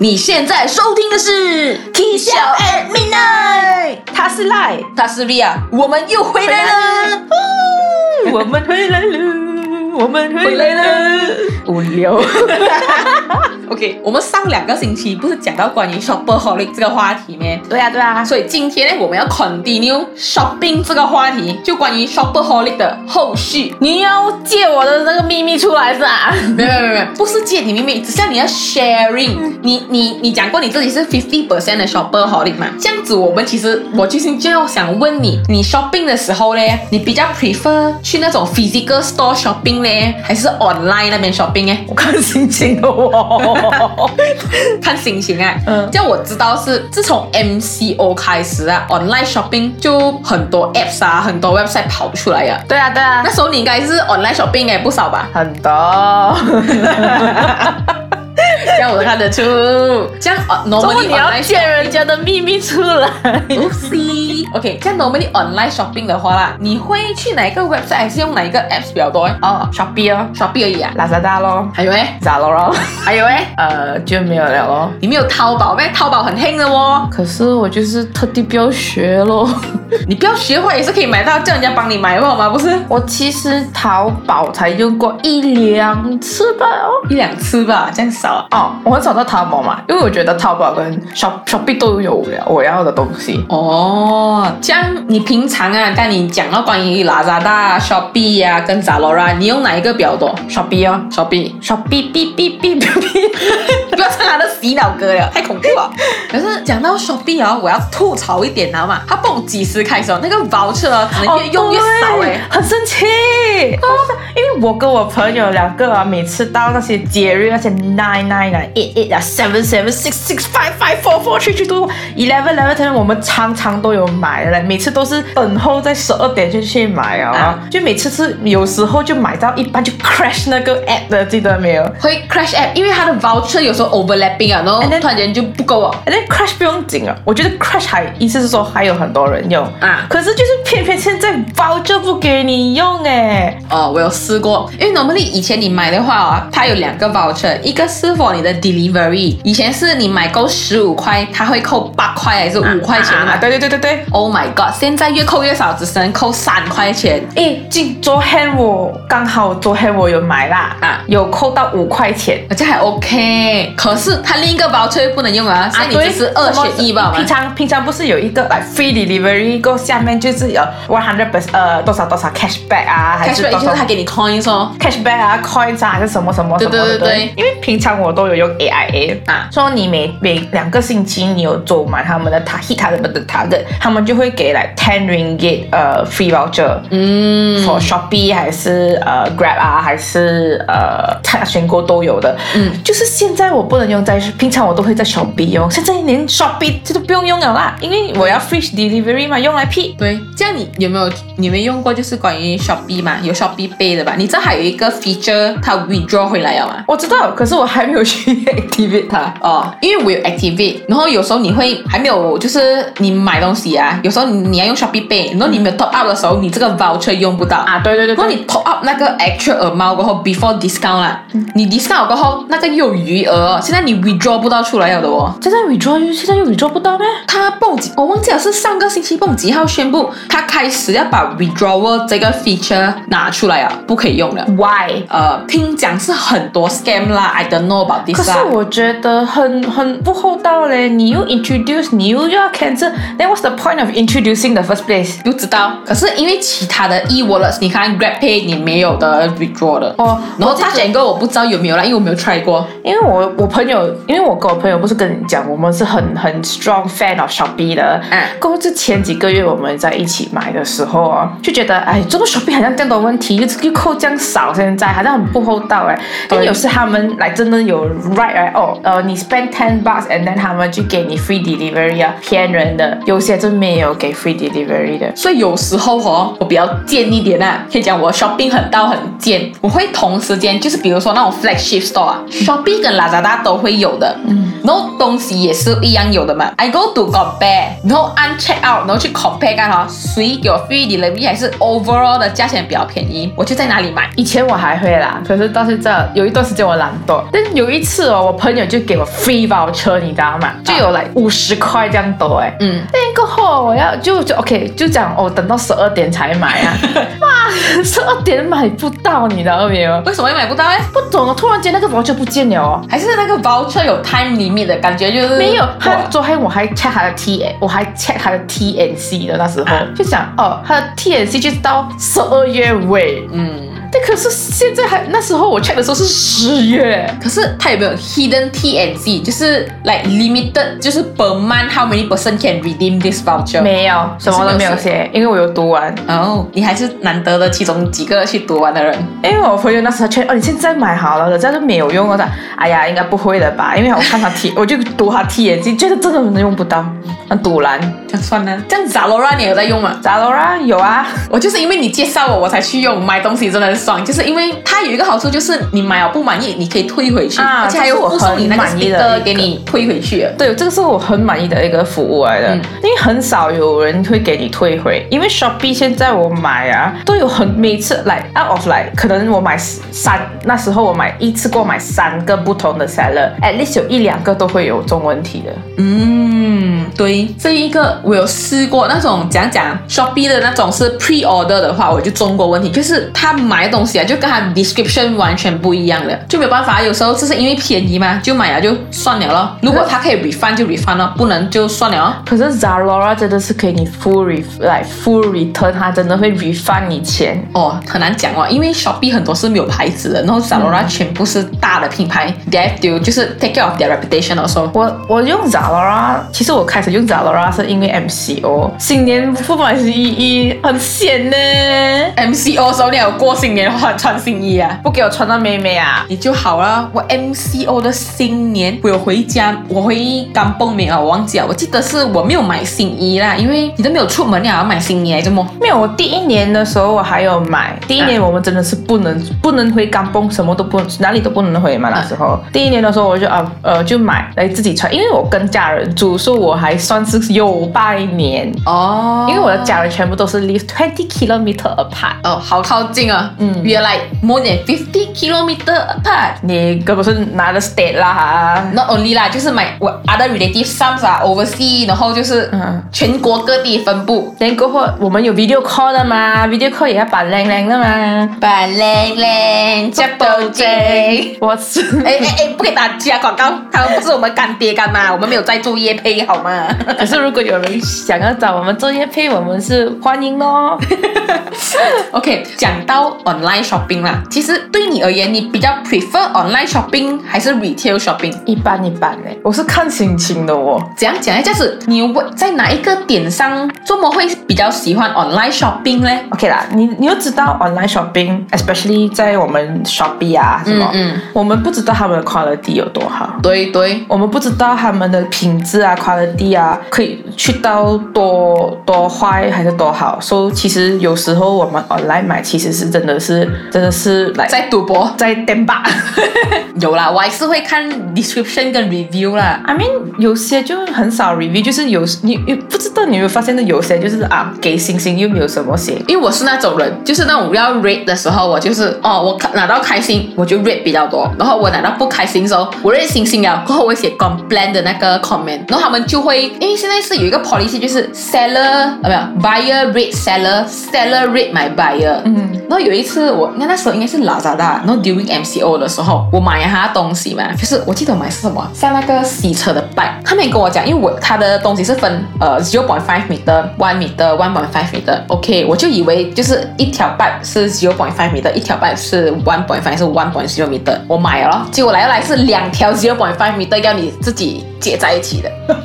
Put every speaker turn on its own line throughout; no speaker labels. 你现在收听的是
K 小 at midnight，他是赖，
他是 Via，我们又回来了，
呼我们回来了，我们回来了，无聊。
OK，我们上两个星期不是讲到关于 shopaholic 这个话题咩？
对啊对啊，
所以今天呢，我们要 continue shopping 这个话题，就关于 shopaholic 的后续。
你要借我的那个秘密出来是吧？
没有没有没有没有，不是借你妹妹，只是你要
嗯
sharing 你。你你讲过你自己是 fifty percent 的 shopaholic 嘛？这样子，我们其实我最近就要想问你，
嗯
你 shopping 的时候嘞，你比较 prefer 去那种 physical store shopping 嘞，还是 online 那边 shopping 哎？
我看心情的哦。
看心情啊。
嗯
这样我知道是自从 MCO 开始啊，online shopping 就很多 apps 啊，很多 website 跑出来啊。
对啊对啊？
那，时候你应该是 online shopping 也不少吧
很多。
这样我都看得出。这样呃
怎么
，normally
你要
online
借人家的秘密出来？
shopping。OK，这样 normally online shopping 的话啦，你会去哪一个 website 还是用哪一个 apps 比较多？Shopee
哦，Shopee 哦
而已啊。
，Lazada 咯
还有诶，
，Zalora 咯，
还有诶，
呃，就没有了咯。
你没有淘宝咩？淘宝很 h 的哦，
可是我就是特地不要学咯。
你不要学会也是可以买到，叫人家帮你买好吗？不是
我其实淘宝才用过一两次吧哦。
一两次吧，这样少啊。
哦，我很少在淘宝嘛，因为我觉得淘宝跟 Shop Shopee 都有了我要的东西。
哦，这样你平常啊，但你讲到关于 Lazada、Shopee 啊，跟 Zalora，你用哪一个比较多
Shopee 哦
？Shopee，
，Shopee 哔哔哔 哔哔，
不要唱他的洗脑歌了，太恐怖了。可是讲到 Shopee 啊，我要吐槽一点，你知道吗？它蹦几时开始哦，那个 voucher 啊，只能越用越少哎、
哦对很生气。
啊
因为我跟我朋友两个啊，每次到那些节日，那些 nine nine nine eight eight 啊，seven seven six six five five four four three three two eleven eleven，我们常常都有买的嘞，每次都是等候在十二点就去买啊，
啊
就每次是有时候就买到一半就 crash 那个 app 的，记得没有？
会 crash app，因为它的 voucher 有时候 overlapping 啊，然后
And then-
突然间就不够哦了。
哎，那 Crash 不用紧啊，我觉得 Crash 还意思是说还有很多人用
啊
可是就是偏偏现在包就不给你用哎，
哦，我有试过，因为 normally 以前你买的话啊，它有两个 voucher，一个是 for 你的 delivery，以前是你买够十五块，它会扣八块还是五块钱的嘛、
啊对对对对对。
Oh my god！现在越扣越少，只能扣三块钱。
诶，今昨天我刚好昨天我有买啦，
啊
有扣到五块钱，
这还 OK，可是它另一个包却不能用啊，所以你
对
只是二选一吧
什么平
嘛。
常平常不是有一个 like free delivery，够下面就是有 one hundred percent 呃多少多少 cashback 啊，还是
cashback
多
就是
少
他给你 coins 哦。
cashback 啊 coins 啊还是什么什么什么的，
对对对对
因为平常我都有用 AIA
啊
说你每每两个星期你有走满他们的塔 hit 他们的 target，他们就会给来 ten ringgit 呃 free voucher。
嗯
for Shopee 还是呃 Grab 啊，还是呃他选购都有的。
嗯，
就是现在我不能用在，平常我都会在 Shopee 用，现在连 Shopee 这都不用用了啦，因为我要
嗯
free delivery 嘛，用来屁。
对，这样你有没有你们用过就是关于 Shopee 嘛，有 Shopee Pay 的吧？你知道还有一个 feature 它 withdraw 回来了嘛？
我知道，可是我还没有去 activate 它。
哦，因为我有 activate，然后有时候你会还没有，就是你买东西啊，有时候你你要用 Shopee Pay，然后你没有 top up 的时候，你这个 voucher 用不到啊
嗯啊，对对对
如果
对，
你 top up 那个 actual amount 过后，before discount 啦，
嗯
你 discount 过后那个又有余额，现在你 withdraw 不到出来了的哦。
现在 withdraw 现在又 withdraw 不到咩？
他蹦几，我忘记了是上个星期蹦几号宣布，他开始要把 withdrawal 这个 feature 拿出来啊，不可以用了。
Why？
呃，听讲是很多 scam 啦，I don't know about this
可是
啦。
我觉得很很不厚道嘞！你又 introduce，你又要 cancel，then what's the point of introducing the first place？
不知道，可是因为其他的 e wallet，你看 Grab Pay 你没有的 withdraw 的
哦
然后大选哥我不知道有没有啦，因为我没有 try 过。
因为我我朋友，因为我跟我朋友不是跟你讲，我们是很很 strong fan of Shopee 的。
嗯
过后这前几个月我们在一起买的时候啊，就觉得哎，这个 Shopee 好像这样多问题，又又扣这样少，现在好像很不厚道哎。因为有时他们来真的有 right 来哦，呃，你 spend ten bucks，and then 他们就给你 free delivery 啊，骗人的。有些真没有给 free delivery 的。
所以有时候哦，我比较贱一点啊，可以讲我 shopping 很到很贱，我会同时间就是比如说那种 flagship store 啊，shopping 跟 Lazada 都会有的，嗯，然后东西也是一样有的嘛。I go to compare，然后按 check out，然后去 compare 看哈，谁给我 free delivery 还是 overall 的价钱比较便宜，我就在哪里买。
以前我还会啦，可是到现在有一段时间我懒惰。但有一次哦，我朋友就给我 free 包车，你知道吗？就有来五十块这样多哎。
嗯，
那过后我要就就 OK，就讲哦，等到十二点才买啊。哇，十二点买不到，你知道没有？
为什么会买不到哎？
不懂，突然间那个包就不见了哦。
还是那个 voucher 有 time limit 的感觉，就是
没有，他
呃哇
昨天我还 check 他的 T，我还 check 他的 TNC 的那时候，就想哦，他的 TNC 就是到十二月尾，
嗯。
但可是现在还那时候我 check 的时候是十月，
可是它有没有 hidden TNC，就是 like limited，就是 per month how many person can redeem this voucher？
没有，什么都没有写，因为我有读完，
哦你还是难得的其中几个去读完的人。
因为我朋友那时候 check，哦，你现在买好了，这样就没有用了，我想哎呀，应该不会的吧，因为我看他 T，我就读他 TNC，觉得真的能用不到，很堵然。
这样算呢？这样 Zalora 你有在用吗？
咋了啦？有啊，
我就是因为你介绍我，我才去用。买东西真的很爽，就是因为它有一个好处，就是你买了不满意，你可以退回去，
啊
而且还
这是
有
我
附送你那个
很满意的
sticker 给你退回去。啊
对，这个是我很满意的一个服务来的，
嗯
因为很少有人会给你退回，因为 Shopee 现在我买啊，都有很每次来 out of 来，可能我买三，那时候我买一次过买三个不同的 seller，at least 有一两个都会有中文题的，
嗯，对，这一个我有试过那种讲讲 Shopee 的那种是 pre order 的话，我就中国问题，就是他买东西啊，就跟他 description 完全不一样的，就没有办法。有时候就是因为便宜嘛，就买了就算了咯。如果他可以 refund 就 refund 咯，不能就算了咯。
可是 Zalora 真的是给你 full ref 来 full return，它真的会 refund 你钱。
哦，很难讲哦，因为 Shopee 很多是没有牌子的，然后 Zalora 全部是大的品牌、t h e y have to 就是 take care of their reputation also。
我我用 Zalora，其实我开始用 Zalora 是因为 MCO，新年不买十一一，很险呢。
MCO 时候你有过新年的话穿新衣啊，
不给我穿到妹妹啊！
也就好啦。我 MCO 的新年，我有回家，我回甘蹦没啊，我忘记了，我记得是我没有买新衣啦，因为你都没有出门，你还要买新衣来怎么？
没有，我第一年的时候我还有买，第一年我们真的是不能、不能回港崩，什么都不哪里都不能回嘛。那时候、第一年的时候我就啊呃就买来自己穿，因为我跟家人住，所以我还算是有拜年，
哦
因为我的家人全部都是 live twenty kilometer apart。
哦好靠近啊，
嗯
，we are like more than fifty kilometer apart。
你根本是拿了 state 啦哈，
Not only 啦，就是买我 other relative sums 啊，oversea，然后就是
嗯
全国各地分布。
then 过后我们有 video call 的嘛，video call 也要板靓靓的嘛。
板靓靓，加保证。
我是
哎哎哎，不给打家广告，他们不是我们干爹干妈，我们没有在做业配好吗？
可是如果有人想要找我们做业配，我们是欢 迎咯。
OK，讲到 online shopping 啦，其实对你而言，你比较 prefer online shopping 还是 retail shopping？
一般一般嘞、我是看心情的哦。
怎样讲呢？就是你会在哪一个点上，这么会比较喜欢 online shopping 呢？
OK 啦，你你又知道 online shopping，especially 在我们 Shopee 啊什么，
嗯嗯
我们不知道他们的 quality 有多好，
对对，
我们不知道他们的品质啊、quality 啊，可以去到多多坏还是多好。所、以其实有时候我们 online 买，其实是真的是真的是来
在赌博。
在点吧。
有啦，我还是会看 description 跟 review 啦。
I mean，有些就很少 review，就是有你你不知道你有没有发现的，有些就是啊给星星又没有什么写
因为我是那种人，就是那种要 rate 的时候，我就是哦，我看拿到开心我就 rate 比较多，然后我拿到不开心的时候，我 rate 星星了，过后我会写 complain 的那个 comment，然后他们就会，因为现在是有一个 policy，就是 seller 啊没有 buyer rate seller，seller rate my buyer，嗯，然后有一次我那那时候应该是 Lazada，然后 during MCO 的时候，我买了他的东西嘛，就是我记得我买是什么，啊像那个洗车的 bike，他们也跟我讲，因为我他的东西是分呃 zero point five meter、one meter、one point five meter，OK，、我就以为就是一条 bike 是 zero point five meter，一条 bike 是 one point five 是 one point zero meter，我买了咯，结果来来是两条 zero point five meter 要你自己接在一起的。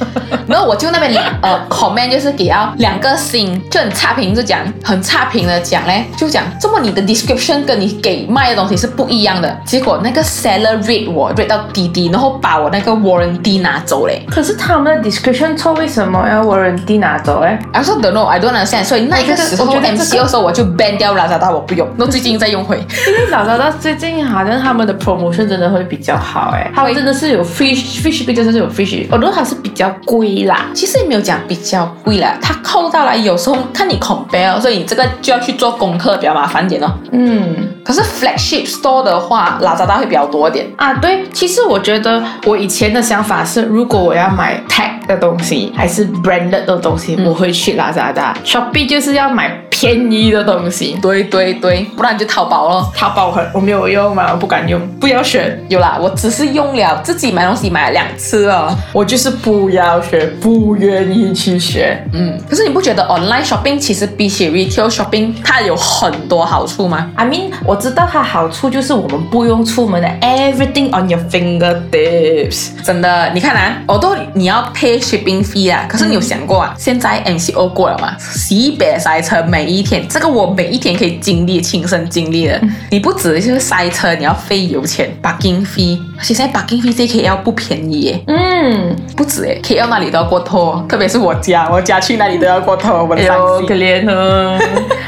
然后我就那边呃 comment 就是给到两个星，就很差评，就讲很差评的讲嘞，就讲这么你的 description 跟你给卖的东西是不一样的。结果那个 seller rate 我 rate 到低低，然后把我那个 warranty 拿走嘞。
可是他们的 description 错，为什么要 warranty 拿走哎？
I also don't know, I don't understand。所以那一个时候
我觉得这个
MCO 的时候我就 ban 掉 Lazada，我不用。那最近再用回。
因为找到到最近好像他们的 promotion 真的会比较好哎，他们真的是有 free free shipping，真的是有 free shipping，although 还是比较贵啦。
其实也没有讲比较贵啦，它扣到来有时候看你 compare，所以你这个就要去做功课，比较麻烦。慢一点哦。
嗯
可是 flagship store 的话，Lazada 会比较多一点。
啊，对，其实我觉得我以前的想法是，如果我要买 tag 的东西，还是 branded 的东
嗯
西，我会去 Lazada、Shopee 就是要买便宜的东西。
对对对，不然就淘宝咯。
淘宝很我没有用嘛，我不敢用，不要选，
有啦，我只是用了自己买东西买了两次哦。
我就是不要学，不愿意去学。
嗯，可是你不觉得 online shopping 其实比起 retail shopping 它有很多好处吗？
I mean，我知道它好处就是我们不用出门的，everything on your fingertips。
真的，你看啊，我都你要 pay shipping fee 啊，可是你有想过啊，现在 MCO 过了嘛，西北塞车每一天，这个我每一天可以经历，亲身经历的。你不只是塞车，你要费油钱，parking fee，而且现在 parking fee 这 KL 不便宜耶，
嗯，
不止耶，KL 那里都要过头，特别是我家，啊我家去那里都要过头，我
哎
的伤
呦，
心。
可怜 哦。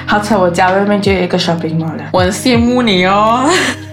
好彩我家外面就有一个 shopping mall 了。
我很羡慕你哦，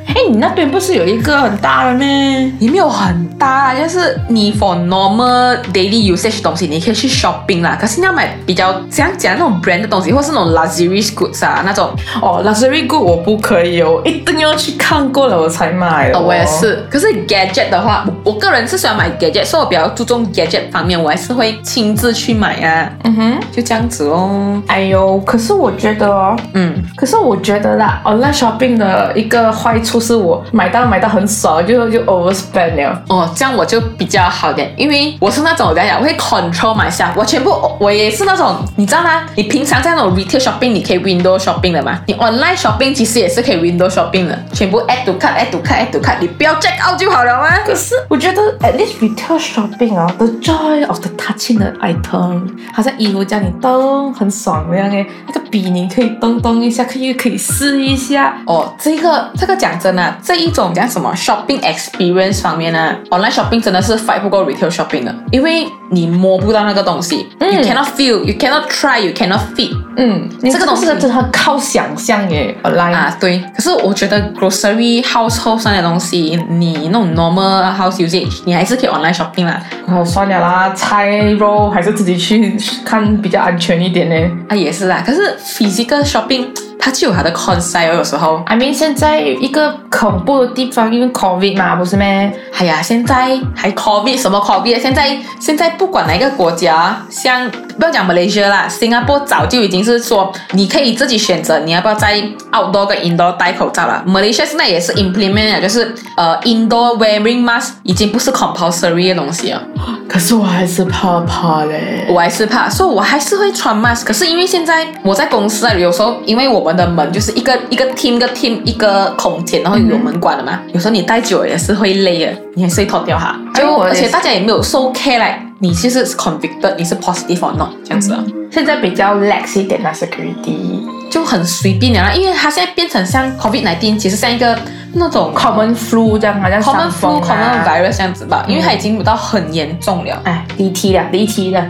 哎，你那边不是有一个很大的咩？
也没有很大啦，就是你 for normal daily usage 东西，你可以去 shopping 啦。可是你要买比较讲讲那种 brand 的东西，或是那种 luxury goods 啊那种，
哦，luxury good 我不可以哦，我一定要去看过了我才买哦。
哦，我也。是。可是 gadget 的话，我我个人是喜欢买 gadget，所以我比较注重 gadget 方面，我还是会亲自去买啊，
嗯哼。
就这样子哦。
哎呦，可是我觉得哦，
嗯，
可是我觉得啦，online shopping 的一个坏处是我买到买到很爽，就就 overspend 了。
哦，这样我就比较好点，因为我是那种我跟你讲，我会 control myself，我全部我也是那种，你知道吗？你平常在那种 retail shopping 你可以 window shopping 的嘛，你 online shopping 其实也是可以 window shopping 的，全部 add to cart add to cart add to cart，你不要 check out 就好了吗？
可是我觉得 at least retail shopping 啊，the joy of the touching the item，好像衣服叫你动很爽那样诶，那个笔你可以动动一下，可以又可以试一下。
哦，这个这个讲真啊，这一种叫什么 shopping experience 方面呢、online shopping 真的是 fight 不过 retail shopping 的，因为你摸不到那个东西、y o u cannot feel, you cannot try, you cannot feel
嗯，
这个东西
真的很靠想象耶，online
啊，对。可是我觉得 grocery household 上的东西，你那种 normal house usage，你还是可以 online shopping 啦。
好，算了啦，拆肉还是自己去看比较安全一点呢。
啊，也是啦。可是 physical shopping 它就有它的 concept，哦有时候。
I mean，现在一个恐怖的地方，因为 COVID 嘛，不是咩？
哎呀，现在还 COVID 什么 COVID？现在现在不管哪一个国家，像不要讲 Malaysia 啦，新加坡早就已经是说你可以自己选择你要不要在 outdoor 跟 indoor 戴口罩了。Malaysia 现在也是 implement 了，就是呃 indoor wearing mask 已经不是 compulsory 的东西了。
可是我还是怕怕嘞。
我还是怕，所以我还是会穿 mask。可是因为现在我在公司啊，有时候因为我们的门就是一个一个 team 一个 team 一个空间，然后有门关的嘛，有时候你戴久了也是会累的，你还是会脱掉它。
哎
就、
我也
而
是
且大家也没有 so care like 你其实是 convicted，你是 positive or not 这样子啊，
现在比较 lax 一点啦，security。
就很随便了啦。因为它现在变成像 covid 19，其实像一个那种
Common flu 这样，好像
common
伤风
flu、
啊
common virus 这样子吧，因为它已经不到很严重了。
哎，离题了，离 题了。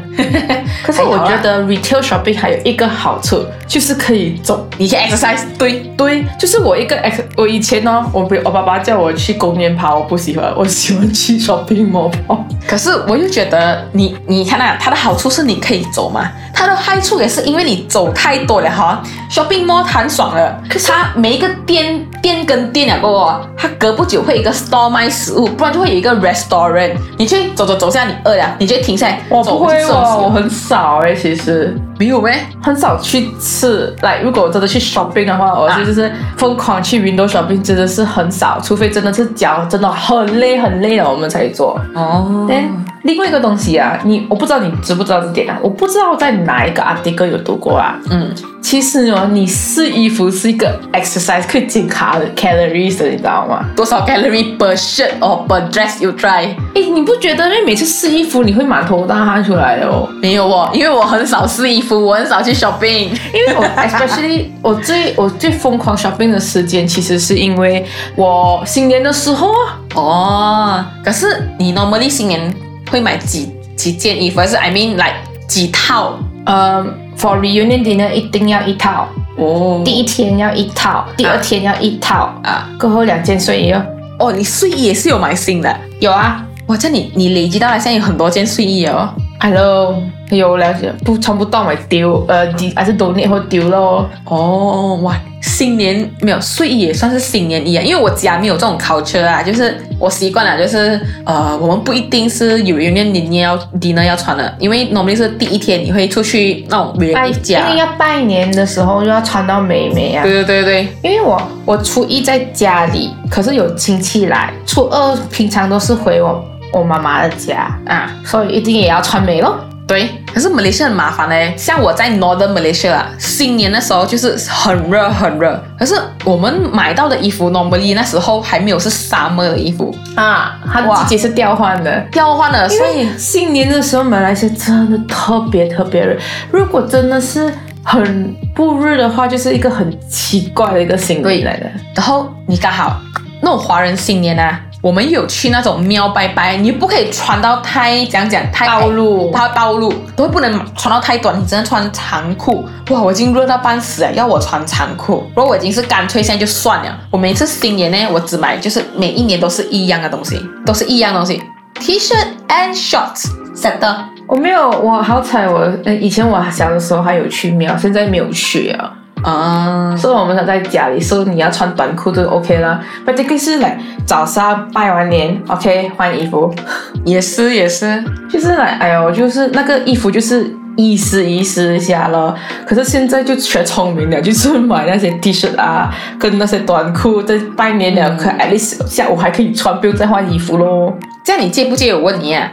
可是我觉得 retail
啊
shopping 还有一个好处，就是可以走
你去 exercise，对，
对，就是我一个 ex，我以前呢，我我爸爸叫我去公园跑，我不喜欢，我喜欢去 shopping mall 跑。
可是我又觉得你，你看啊，它的好处是你可以走嘛，它的坏处也是因为你走太多了哈。shopping mall 谈爽了，可是它每一个店店跟店了过后啊，它隔不久会有一个 store 卖食物，不然就会有一个 restaurant。你去走走走下，你饿了，你就会停下来，
我
走
不会
去吃东西
哦，我很少哎、其实
没有咩？
很少去吃。来，如果我真的去 shopping 的话，我
啊
是就是疯狂去 window shopping，真的是很少，除非真的是脚真的很累很累了，我们才做。
哦
但另外一个东西啊，你我不知道你知不知道这点啊，我不知道在哪一个阿迪哥有读过啊。
嗯，
其实呢，你试衣服是一个 exercise 可以减卡的 calories 的，你知道吗？
多少 calorie per shirt or per dress you try？
诶，你不觉得那每次试衣服你会满头大汗出来的哦？
没有哦，因为我很少试衣服，我很少去 shopping。
因为我 especially 我最我最疯狂 shopping 的时间，其实是因为我新年的时候啊，
哦，可是你 normally 新年会买几几件衣服，还是 I mean like 几套？
呃、f o r reunion dinner 一定要一套，
哦
第一天要一套，第二天要一套，
啊，
过后两件睡衣哦。
哦，你睡衣也是有买新的。
有啊
哇，这样你你累积到了，现在有很多件睡衣哦。
，Hello，有了解，不穿不到咪丢，呃，还是 donate 或丢咯。
哦，哇，新年没有睡衣也算是新年衣啊，因为我家没有这种 culture 啊，就是我习惯了，就是呃，我们不一定是有 reunion 你要 dinner 要穿的，因为 normally 是第一天你会出去那种 reunion 一
因
家
为，要拜年的时候就要穿到美美啊
对。对对对，
因为我我初一在家里，可是有亲戚来，初二平常都是回我我妈妈的家，
啊，
所以一定也要穿美咯。
对，可是 Malaysia 很麻烦嘞。像我在 Northern Malaysia 啊，新年的时候就是很热很热，可是我们买到的衣服 normally 那时候还没有是 summer 的衣服，
啊，它
哇
季节是调换的。
调换了，所
所
以
以新年的时候，马来西亚真的特别特别热。如果真的是很不热的话，就是一个很奇怪的一个新年来的。
然后你刚好那种华人新年啊，我们有去那种庙拜拜，你不可以穿到太讲讲太
暴露
太暴露，都不能穿到太短，你只能穿长裤。哇，我已经热到半死了，要我穿长裤，如果我已经是干脆现在就算了。我每次新年呢，我只买就是每一年都是一样的东西，都是一样东西，T 恤 and shorts，真的。
我没有，我好彩我，呃以前我小的时候还有去庙，现在没有去啊。
啊、
所以我们想在家里，所以你要穿短裤就 OK 啦。那这个是来早上拜完年，OK 换衣服，
也是也是，
就是来哎呦，就是那个衣服就是意思意思一下咯。可是现在就学聪明了，就是买那些 T 恤啊，跟那些短裤，在拜年了，
嗯
可 at least 下午还可以穿，不用再换衣服咯。
这样你介不介意我问你啊？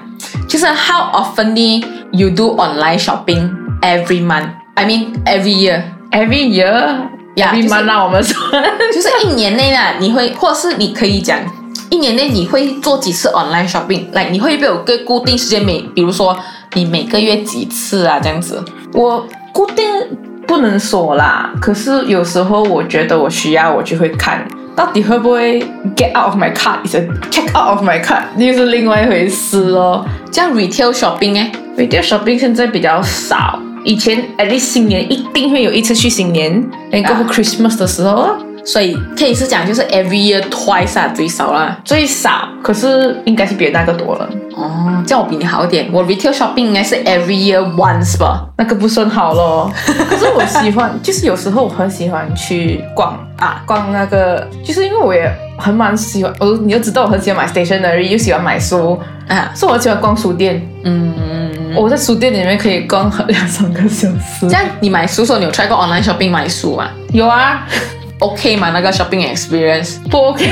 就是 how often you do online shopping every month? I mean every year，
Every year。
Yeah，
every
就是
month 让我们穿，
就是一年内啦，你会，或是你可以讲，一年内你会做几次 online shopping？来，你会不会有个固定时间每，比如说你每个月几次啊这样子？
我固定不能说啦，可是有时候我觉得我需要，我就会看到底会不会 get out of my cart，is a check out of my cart，又是另外一回事哦。
这样 retail shopping 哎，
Video shopping 现在比较少，以前 at least 新年一定会有一次去新年，然后过后 Christmas 的时候啊
所以可以是讲就是 every year twice 啊，最少啦。
最少，可是应该是比那个多了，
哦，这样我比你好一点，我 retail shopping 应该是 every year once 吧？
那个不算好咯。可是我喜欢， 就是有时候我很喜欢去逛。
啊，
逛那个，就是因为我也很蛮喜欢，我你就知道我很喜欢买 stationery，又喜欢买书，
啊，
所以我很喜欢逛书店。
嗯。
我在书店里面可以逛很两三个小时
这。样你买书的时候，你有 try 过 online shopping 买书吗
有啊，
？OK 吗？那个 shopping experience
不 OK。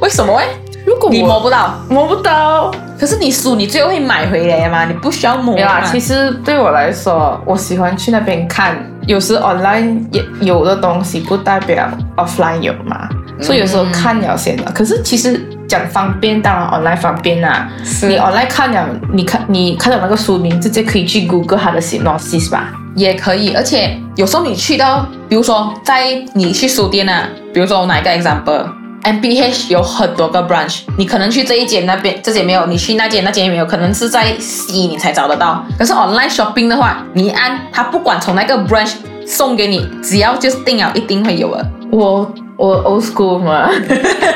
为什么哎？
如果
你
我
摸不到，
摸不到，
可是你书你最后会买回来嘛？你不需要摸
没有
嘛
啊。其实对我来说，我喜欢去那边看，有时 online 也有的东西不代表 offline 有嘛，所以有时候看了先了。可是其实讲方便，当然 online 方便啊。
是
你 online 看了，你看你看到那个书名，直接可以去 Google 它的 synopsis 吧。
也可以，而且有时候你去到，比如说在你去书店啊，比如说我拿一个 example，M B H 有很多个 branch，你可能去这一间那边这间没有，你去那间那间也没有，可能是在 C 你才找得到。可是 online shopping 的话，你一按它不管从那个 branch 送给你，只要就是定了，一定会有的。
我我 old school 嘛，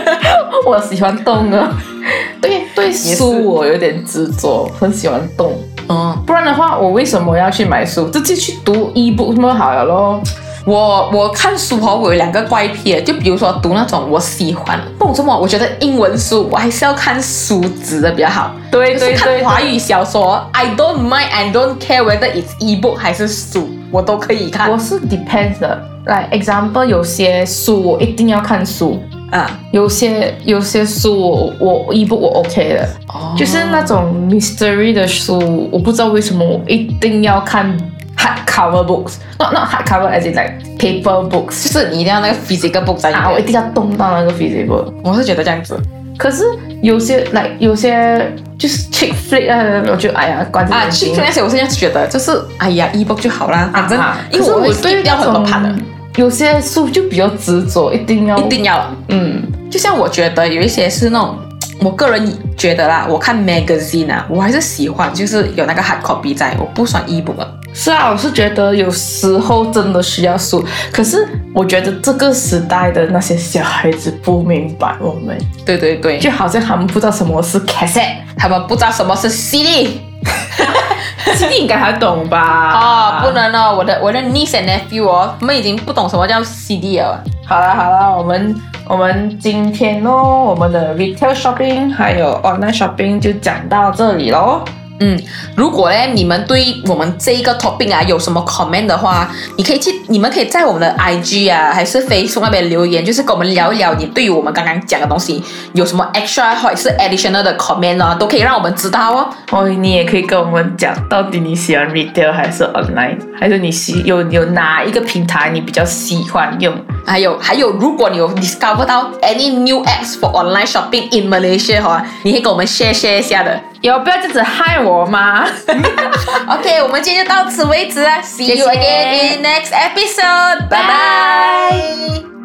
我喜欢动啊。对对，
是
书我有点执着，很喜欢动。
嗯，
不然的话，我为什么要去买书？直接去读 ebook 那么好了咯。
我我看书哦，我有两个怪癖耶，就比如说读那种我喜欢，不懂为什么，我觉得英文书我还是要看书纸的比较好。
对
就是看华语小说，I don't mind I don't care whether it's ebook 还是书，我都可以看
我。是 depends 的。来、example，有些书我一定要看书，
啊，
有些有些书我我 ebook 我 OK 的，
哦
就是那种 mystery 的书，我不知道为什么我一定要看 hard cover books，not not hard cover as in like paper books。
就是你一定要那个 physical book 在里
啊，我一
面。
定要动到那个 physical。
我是觉得这样子
可是有些来有些就是 chick flick 啊，我就哎呀，关着
啊，
眼
去
睛。
看那些我是这样觉得，就是哎呀，ebook 就好啦，反正
啊
因为
可是
我会
我对
skip 掉很多
那种
盘的，
有些书就比较执着，一定要
一定要了。啊
嗯，
就像我觉得有一些是那种，我个人觉得啦，我看 magazine 啊，我还是喜欢就是有那个 hard copy 在，我不喜欢 ebook 了。
是啊，我是觉得有时候真的需要书，可是我觉得这个时代的那些小孩子不明白我们，
对对对， 哎
就好像他们不知道什么是 cassette。
他们不知道什么是 CD。
心弟应该还懂吧？
哦，不。能哦，我的我的 niece and nephew 哦，他们已经不懂什么叫 CD 了。啊
好啦好啦，我们我们今天哦，我们的 retail shopping 还有 online shopping 就讲到这里喽。
嗯，如果呢，你们对我们这一个 topic 啊有什么 comment 的话，你可以去，你们可以在我们的 IG 啊，还是 Facebook 那边留言，就是跟我们聊一聊你对于我们刚刚讲的东西有什么 extra 或者是 additional 的 comment 啊，都可以让我们知道哦。
哦，你也可以跟我们讲，到底你喜欢 retail 还是 online，还是你喜有有哪一个平台你比较喜欢用？
还有还有，如果你有 discover 到 any new apps for online shopping in Malaysia 哈、你可以跟我们 share share 一下的。
有不要这样子害我嘛！
OK，我们今天就到此为止啊，See you
谢谢
again in next episode，拜拜。